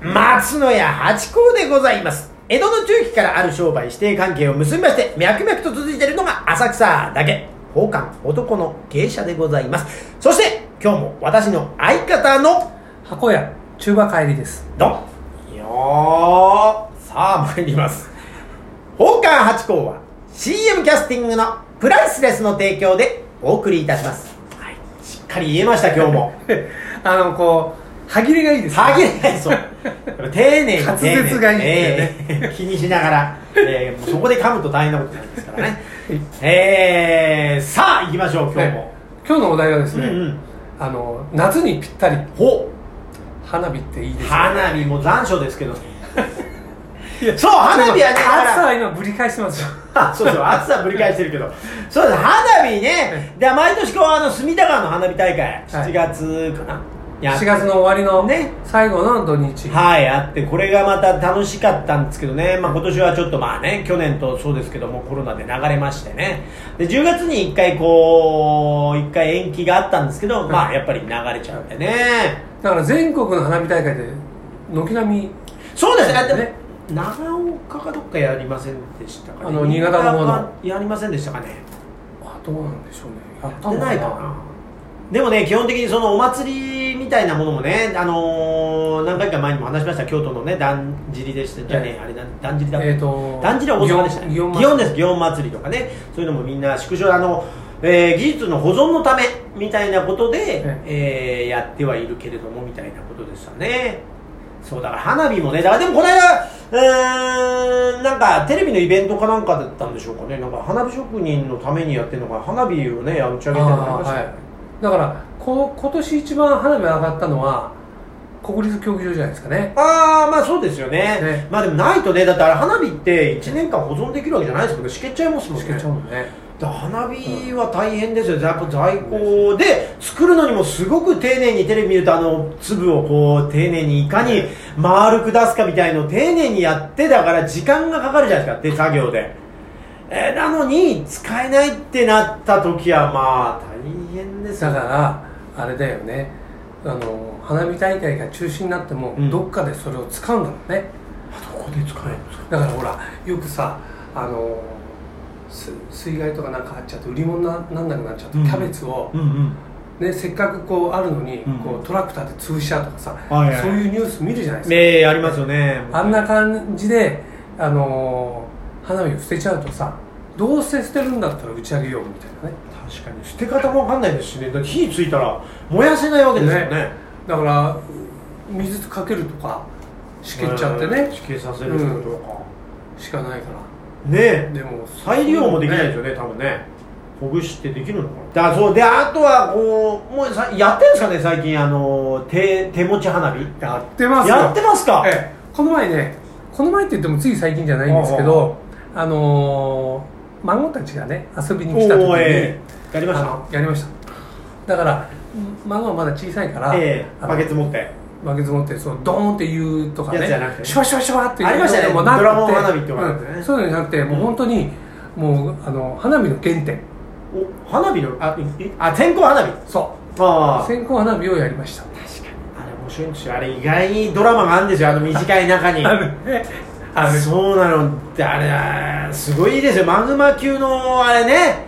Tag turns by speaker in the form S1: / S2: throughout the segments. S1: 松野屋八甲でございます江戸の中期からある商売指定関係を結びまして脈々と続いているのが浅草だけ宝冠男の芸者でございますそして今日も私の相方の
S2: 箱屋中馬帰り です
S1: ドンよーさあ参ります宝冠八甲は CM キャスティングのプライスレスの提供でお送りいたします、はい、しっかり言えました今日も
S2: あのこう歯切れがいいですね
S1: 下げないそう丁寧に
S2: 滑舌がい
S1: 丁寧
S2: いって
S1: にええ気にしながら、ええもうそこで噛むと大変なことになりますからね、ええさあ行きましょう今日も、
S2: 今日のお題はですね、
S1: うんうん
S2: あの夏にぴったり
S1: ほ
S2: 花火っていいですね
S1: 花火も残暑ですけどね
S2: いや
S1: そう花火はね
S2: 暑
S1: だから
S2: さは今ぶり返してますよ
S1: あそうそう暑さぶり返してるけどそうです花火ねで毎年こうあの隅田川の花火大会7月かな、やっ
S2: 4月の終わりの
S1: ね
S2: 最後の土日、
S1: はい、あって、これがまた楽しかったんですけどね、まあ、今年はちょっとまあね、去年とそうですけども、コロナで流れましてね、で10月に1回こう、1回延期があったんですけど、まあやっぱり流れちゃうんでね、
S2: だから全国の花火大会で軒並み
S1: そうですね、あでも
S2: ね
S1: 長岡かどっかやりませんでしたかね、
S2: あの新潟の方の
S1: かやりませんでしたかね、
S2: あどうなんでしょうねやった
S1: やっ
S2: の
S1: てないかな。でもね、基本的にそのお祭りみたいなものもね、あのー何回か前にも話しました、京都のね、だんじりでした、じゃあね、あれ、なんだんじりだっけ
S2: えっ、と
S1: だんじりは大阪でしたね
S2: 祇園
S1: 祇園です祇園祭りとかねそういうのもみんな縮小あの、えー技術の保存のためみたいなことで、
S2: え
S1: えーやってはいるけれどもみたいなことでしたねそうだから花火もねだからでもこの間うーんなんかテレビのイベントかなんかだったんでしょうかねなんか花火職人のためにやってるのか花火をね打ち上げたりとかありましたよね
S2: はい、だからこ今年一番花火が上がったのは国立競技場じゃないですかね
S1: ああまあそうですよね
S2: ね
S1: まあでもないとねだってあれ花火って1年間保存できるわけじゃないですもんねしけっちゃいますもん
S2: し
S1: ね
S2: けちゃうもんね
S1: 花火は大変ですよ、やっぱ在庫で作るのにもすごく丁寧にテレビ見るとあの粒をこう丁寧にいかに丸く出すかみたいのを丁寧にやってだから時間がかかるじゃないですか手作業で、えーなのに使えないってなった時はまあ大変ですよ
S2: だからあれだよねあの花火大会が中止になっても、
S1: うん
S2: どっかでそれを使うんだろうね
S1: どこで使えるんですか
S2: だからほらよくさあのす水害とかなんかあっちゃって売り物にななんなくなっちゃって、
S1: うん
S2: キャベツを
S1: う、んうん
S2: ね、せっかくこうあるのに、
S1: うん
S2: こうトラクターで潰しちゃうとかさ、
S1: はいはい
S2: そういうニュース見るじゃないですか、
S1: えー、ありますよね
S2: あんな感じで、あのー花火を捨てちゃうとさどうせ捨てるんだったら打ち上げようみたいなね
S1: 確かに捨て方もわかんないですしねだって火ついたら燃やせないわけですよね
S2: だからう水かけるとかしけっちゃって
S1: えー
S2: ね
S1: しけさせるってことか、
S2: しかないか
S1: ねえ
S2: らでも
S1: 再利用もできないですよね多分ねほぐしてできるのかなだからそうであとはこうもうさやってんですかね最近あの手手持ち花火
S2: やってますよ
S1: やってますか、
S2: ええこの前ねこの前って言ってもつい最近じゃないんですけどあのー孫たちがね遊びに来た時に
S1: おーええやりまし
S2: あ
S1: た
S2: のやりましただから孫はまだ小さいから、
S1: ええ
S2: あの
S1: バケツ持って
S2: バケツ持ってそうドーンって言うとかね
S1: やつじゃなくて
S2: シュワシュワシュワっていう
S1: ありましたね
S2: のもなくて
S1: ドラゴン花火って言われてね
S2: うんそういうのじゃなくてもう本当に、もうあの花火の原点
S1: お花火のあえあ線香花火
S2: そ
S1: あ
S2: う線香花火をやりました
S1: 確かにあれ面白いんですよあれ意外にドラマがあるんですよあの短い中に
S2: ねあれ
S1: そうなのってあれすごいですよマグマ級のあれね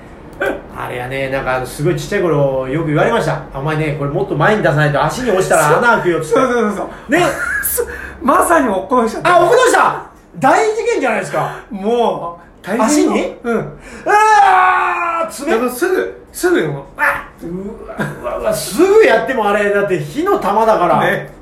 S1: あれはねなんかすごいちっちゃい頃よく言われましたあお前ねこれもっと前に出さないと足に落ちたら穴開くよっつって
S2: そうそうそう
S1: ね
S2: そうまさに落っこちゃった
S1: あ落っこちした大事件じゃないですか
S2: もう大変
S1: 足に
S2: うん
S1: うわー
S2: で
S1: 爪
S2: もすぐすぐよ
S1: あうわうわうわすぐやってもあれだって火の玉だから、
S2: ね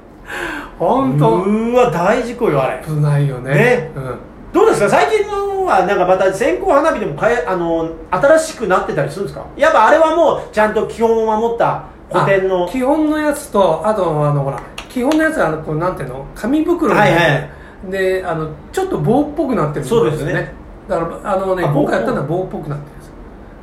S2: 本
S1: う
S2: 当
S1: ーわ大事故よあれ
S2: 危ないよね
S1: ね
S2: うん
S1: どうですか最近のはなんかまた線香花火でも変えあの新しくなってたりするんですかやっぱあれはもうちゃんと基本を守った古典の
S2: あ基本のやつとあとあのほら基本のやつはあのこうなんていうの紙袋みたいな
S1: はいはい
S2: であのちょっと棒っぽくなってるん
S1: そうですね
S2: だからあのね
S1: あ棒っぽい
S2: 僕がやったのは棒っぽくなってるんです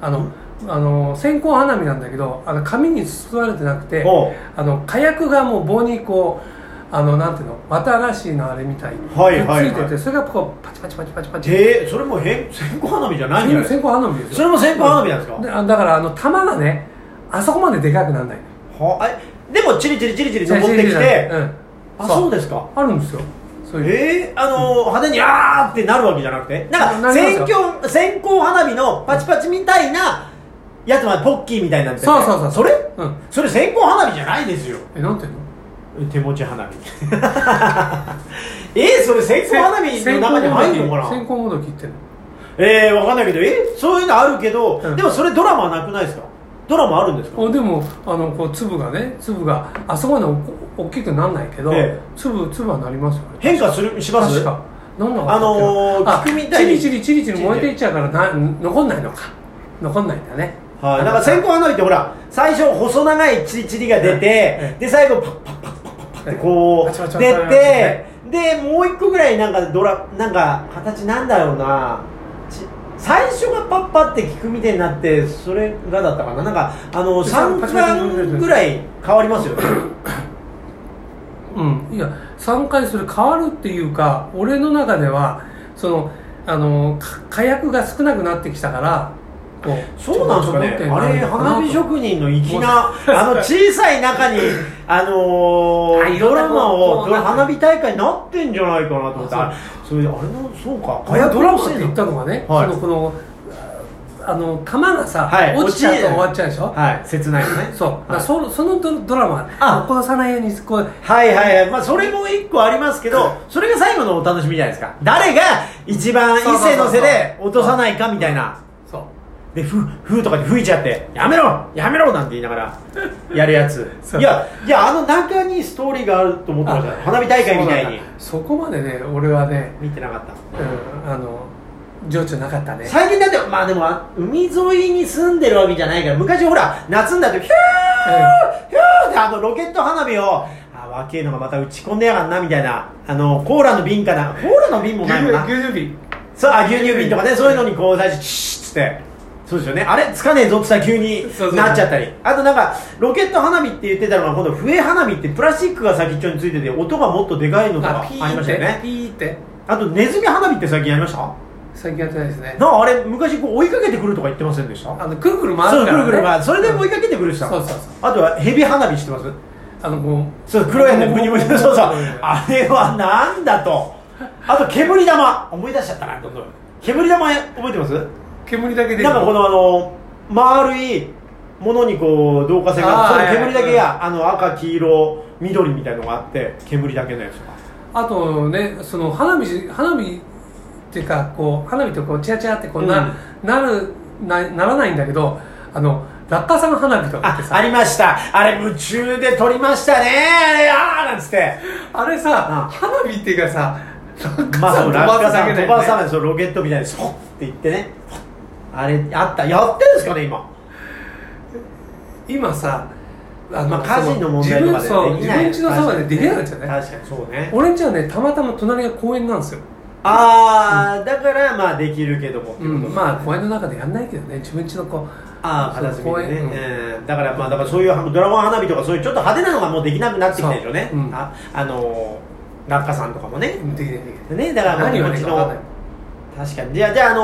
S2: あの、あの線香花火なんだけどあの紙に包まれてなくて
S1: おう
S2: あの火薬がもう棒にこうあのなんていうの綿菓子のあれみたいにくっつ
S1: はいはいはい
S2: いててそれがこうパチパチパチパチパチ
S1: でそれもへん線香花火じゃないんじゃないです
S2: 線香花火です
S1: か
S2: よ
S1: それも線香花火なんですか、
S2: であだからあの玉がねあそこまででかくならない
S1: はあえでもチリチリチリチリ登ってきて、
S2: うん
S1: あそうですか
S2: あるんですよそういう
S1: えー、あのー派手にあーってなるわけじゃなくてなんか
S2: なり
S1: 線
S2: ますよ
S1: 香線香花火のパチパチみたいなやつまでポッキーみたいなんですよね
S2: そうそうそう
S1: それ
S2: うん
S1: それ線香花火じゃないですよ
S2: えなんていうの
S1: 手持ち花火 えー、それ線香花火の中に入るのかな
S2: 先行もどきっていうの
S1: えー、わかんないけどえそういうのあるけど、
S2: うん
S1: でもそれドラマはなくないですかドラマあるんですか
S2: あでもあのこう粒がね粒があそこまでお大きくならないけど、
S1: ええ
S2: 粒粒はなりますよね
S1: 変化するします
S2: 確かなんだかったっけな
S1: あのー聞
S2: あ
S1: くみたいに
S2: チリチリチリチリ燃えていっちゃうからな残んないのか残んないんだね
S1: はい、なんか線香花火ってほら最初細長いチリチリが出て
S2: え
S1: で最後パッパッパッパッパッってこ
S2: パチパチ
S1: う
S2: パチ
S1: 出
S2: パチ
S1: てでもう一個ぐらいなんかドラなんか形なんだろうなち最初がパッパって聞くみたいになってそれがだったかななんかあの
S2: でさ
S1: 3
S2: パチパチパチパチ
S1: 巻ぐらい変わりますよ ね
S2: うんいや3回それ変わるっていうか俺の中ではそのあのーか火薬が少なくなってきたからこう
S1: そうなんですかねあれ花火
S2: 職
S1: 職人の粋なあの小さい中 にあの
S2: あ
S1: ー、
S2: いろ
S1: ド
S2: んな
S1: ラマ
S2: こ
S1: を
S2: うなんか
S1: 花火大会になってんじゃないかなと思って
S2: あ
S1: あそれあれのそうか
S2: 火薬ドラマって
S1: 火薬のせいな
S2: 言ったのがね、
S1: はい
S2: そのこのあの弾がさ、
S1: はい
S2: 落ちちゃうと
S1: 落ち
S2: 終わっちゃうでしょ、
S1: はい、切ないのね。
S2: そう、だからそのそのドドラマ
S1: あ
S2: 残さないようにこう
S1: はいはいはい。まあ、それも一個ありますけど、それが最後のお楽しみじゃないですか。誰が一番一世の背で落とさないかみたいな。
S2: そう
S1: で、ふ、ふーとかに吹いちゃって、やめろやめろなんて言いながら、やるやつ。
S2: そう
S1: いや、いや、あの中にストーリーがあると思ってました。花火大会みたいに
S2: そう。なんだそこまでね俺はね、
S1: 見てなかった。
S2: うん、あの情緒なかったね
S1: 最近だって、まあでも、あ海沿いに住んでるわけじゃないから、昔ほら、夏になると、ヒューヒューってあのロケット花火を、あ、若えのがまた打ち込んでやがんな、みたいな、あの、コーラの瓶かな、コーラの瓶もないもんな。
S2: 牛乳瓶
S1: そう、あ、牛乳瓶とかね、そういうのにこう、最初、シーッつって、そうですよね。あれ、つかねえぞってさ、急に
S2: そうそう
S1: なっちゃったり。あとなんか、ロケット花火って言ってたのが、今度、笛花火ってプラスチックが先っちょについてて、音がもっとでかいのとかあ
S2: あ
S1: り
S2: ピ
S1: ま
S2: ーっ
S1: した
S2: て
S1: よね。
S2: ピーって
S1: あと、ネズミ花火って最近やりました
S2: 最近やってないですね
S1: なんかあれ、昔こう追いかけてくるとか言ってませんでした
S2: あのくるくる回
S1: そう、
S2: る
S1: くる
S2: から、ね、
S1: くる回る。それで追いかけてくる人なの
S2: そうそうそう
S1: あとは、ヘビ花火してます
S2: あのこ
S1: そう、黒いのブニブニ。そうそう。あ
S2: あ
S1: れはなんだと。あと、煙玉。思い出しちゃったな、どんどん。煙玉、覚えてます
S2: 煙だけで
S1: なんかこのあの、丸いものにこう、導火線が、
S2: あー
S1: その
S2: はいは
S1: 煙
S2: い
S1: だけや、あの、赤、黄色、緑みたいのがあって、煙だけのやつが。
S2: あとねその花火花火っていうかこう花火ってこうチラチラってこんな、なるなならないんだけどあの落下傘花火とかって
S1: あ、
S2: さ
S1: ありました。あれ、夢中で撮りましたね。あれ、あーなんつって。
S2: あれさ、花火っていうかさ、落
S1: まあ、
S2: 下
S1: その
S2: ん飛
S1: 落
S2: ば
S1: 下
S2: すだ
S1: さ
S2: け
S1: ん飛
S2: だよ
S1: ば
S2: ね
S1: さないそのロケットみたいにそっって言ってねあれあったやってるんですかね今
S2: 今さ、あ
S1: まあ家事の問題とかで
S2: その
S1: で
S2: 自
S1: きない
S2: 分自分家のそばでできなくなっちゃうね。
S1: 確かにそうね
S2: 俺んちはね、たまたま隣が公園なんですよ。
S1: ああ、だからまあできるけどもって
S2: う
S1: こと
S2: ん、まあ公園の中でやんないけどね、自分家のこう、
S1: ああ片隅でね、
S2: そう公
S1: うん、だからまあだからそういうドラゴン花火とかそういうちょっと派手なのがもうできなくなってきたでしょうね
S2: そううん
S1: ああのー、落下さんとかもね
S2: できないできない。
S1: ねだから
S2: 何を
S1: もう
S2: ね、
S1: ち
S2: 分かんない
S1: の。確かにじゃあじゃあ、あの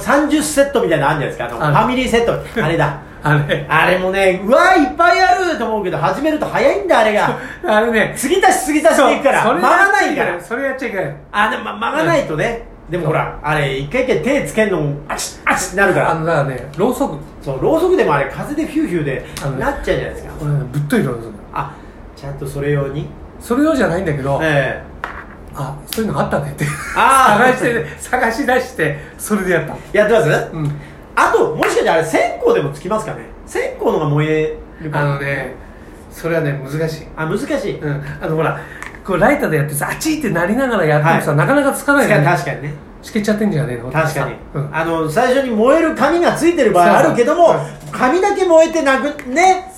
S1: ー、30セットみたいなのあるんじゃないですかあの
S2: ある
S1: ファミリーセッ トあれだ
S2: あれ、
S1: あれもねうわーいっぱいあると思うけど始めると早いんだあれ が
S2: あれね、
S1: 継ぎ足し継ぎ足していくから
S2: そう
S1: 曲がないか。
S2: それやっち
S1: ら
S2: ゃいけそれやっちゃいけない。
S1: あでもま曲がないとね、でもほらあれ一回一回手つけんのもあちあちってなるから
S2: あの、だからね、ろうそく、
S1: そうろうそくでもあれ風でヒューヒューで
S2: あのね
S1: なっちゃうじゃないですか
S2: これねぶっといろうそく。
S1: あちゃんとそれ用に
S2: それ用じゃないんだけど、
S1: え
S2: あ、そういうのあったねって。
S1: あー
S2: 探して、探し出して、それでやった。
S1: えやってます
S2: うん。
S1: あともしかしてあれ線香でもつきますかね線香のが燃えるか
S2: あ
S1: な
S2: のね、それはね、難しい。
S1: あ難しい、
S2: うん。あの、ほら、こうライターでやってさ、あちいってなりながらやってもさ、
S1: は
S2: なかなかつかない
S1: 確か
S2: よ
S1: に
S2: ね。
S1: 確かにね
S2: しけちゃってんじゃねえの
S1: 確かに、
S2: うん。
S1: あの最初に燃える紙がついてる場合あるけども
S2: そう
S1: 紙だけ燃えてなくね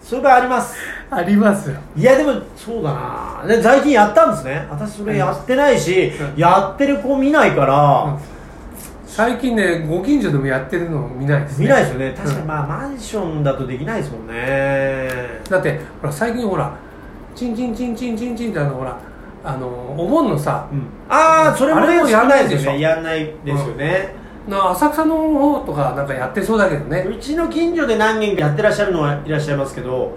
S1: それがあります
S2: ありますよ。
S1: いやでもそうだなで最近やったんですね私それやってないし、
S2: うん
S1: やってる子見ないから、
S2: 最近ね、ご近所でもやってるのを見ないですね。
S1: 見ないですよね確か
S2: う
S1: に
S2: ん
S1: まあ、マンションだとできないですもんね
S2: だって、ほら、最近ほら、チンチンチンチンチンチンってあの、ほら、あの、お盆のさ、
S1: うんああそれも
S2: あ
S1: ね
S2: れもやんないでしょ
S1: 少やんないですよね、
S2: な浅草の方とかなんかやってそうだけど
S1: う
S2: ね。
S1: ちの近所で何軒かやってらっしゃるのはいらっしゃいますけど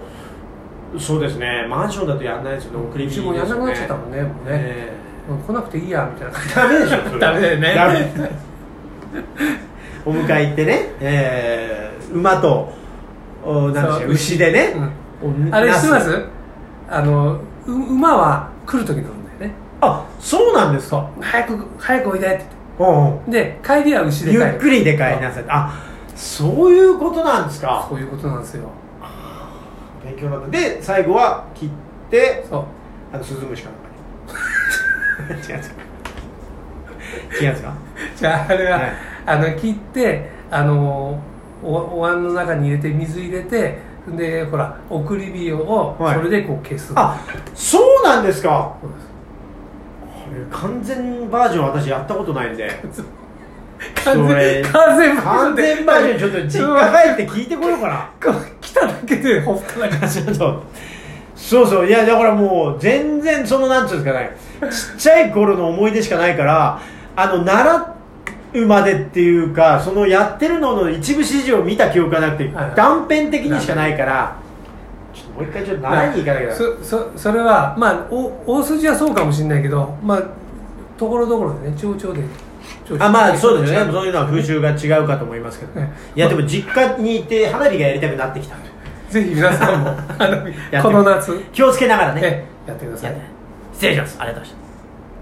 S1: そうですねマンションだとやんないですよね送り
S2: うち
S1: 火
S2: もやんなくなっちゃったもんねもうね、
S1: え
S2: うん来なくていいやみたいな感
S1: えダメ でしょそれ
S2: ダメだよね
S1: ダメお迎え行ってね、ええ馬とおなんでし
S2: そ
S1: ょ
S2: う
S1: う牛でね
S2: じ、
S1: お
S2: あれ知ってま
S1: ナス
S2: すあのう馬は来る時なんだよね
S1: あそうなんですか
S2: 早く早くおいでって
S1: うんうん
S2: 言ってで帰りは牛で帰
S1: ゆ
S2: る
S1: っくりで帰りなさいあそういうことなんですか
S2: そういうことなんですよ
S1: 勉強になったで最後は切って
S2: そう
S1: あのスズムシかなんか に違うんですか違うんですか
S2: じゃああれは、
S1: はい
S2: あの切ってあのおお椀の中に入れて水入れてでほら送り火を
S1: はい
S2: それでこう消す、
S1: あそうなんですか
S2: そうです
S1: これ完全バージョン私やったことないんで
S2: 完
S1: それ
S2: 全完全
S1: 完全バージョンちょっと実家帰って聞いてこようかな
S2: こう来ただけでほっかな かっ
S1: ちょっとそうそういやだからもう全然そのなんていうんですかねちっちゃい頃の思い出しかないからあの習うまでっていうかそのやってるのの一部始終を見た記憶がなくて、
S2: はいはい
S1: 断片的にしかないからちょっともう一回ちょっと習いに行かなきゃだ
S2: そそそれはまあお大筋はそうかもしれないけどまあところどころでね町々で
S1: あまあそうですよね
S2: ね
S1: そういうのは風習が違うかと思いますけど、ね
S2: ね、
S1: いやでも実家にいて花火がやりたくなってきた
S2: ぜ ひ皆さんもあの
S1: て
S2: この夏
S1: 気をつけながらね
S2: ねやってくださ
S1: やっ
S2: い
S1: て失礼しますありがとうございました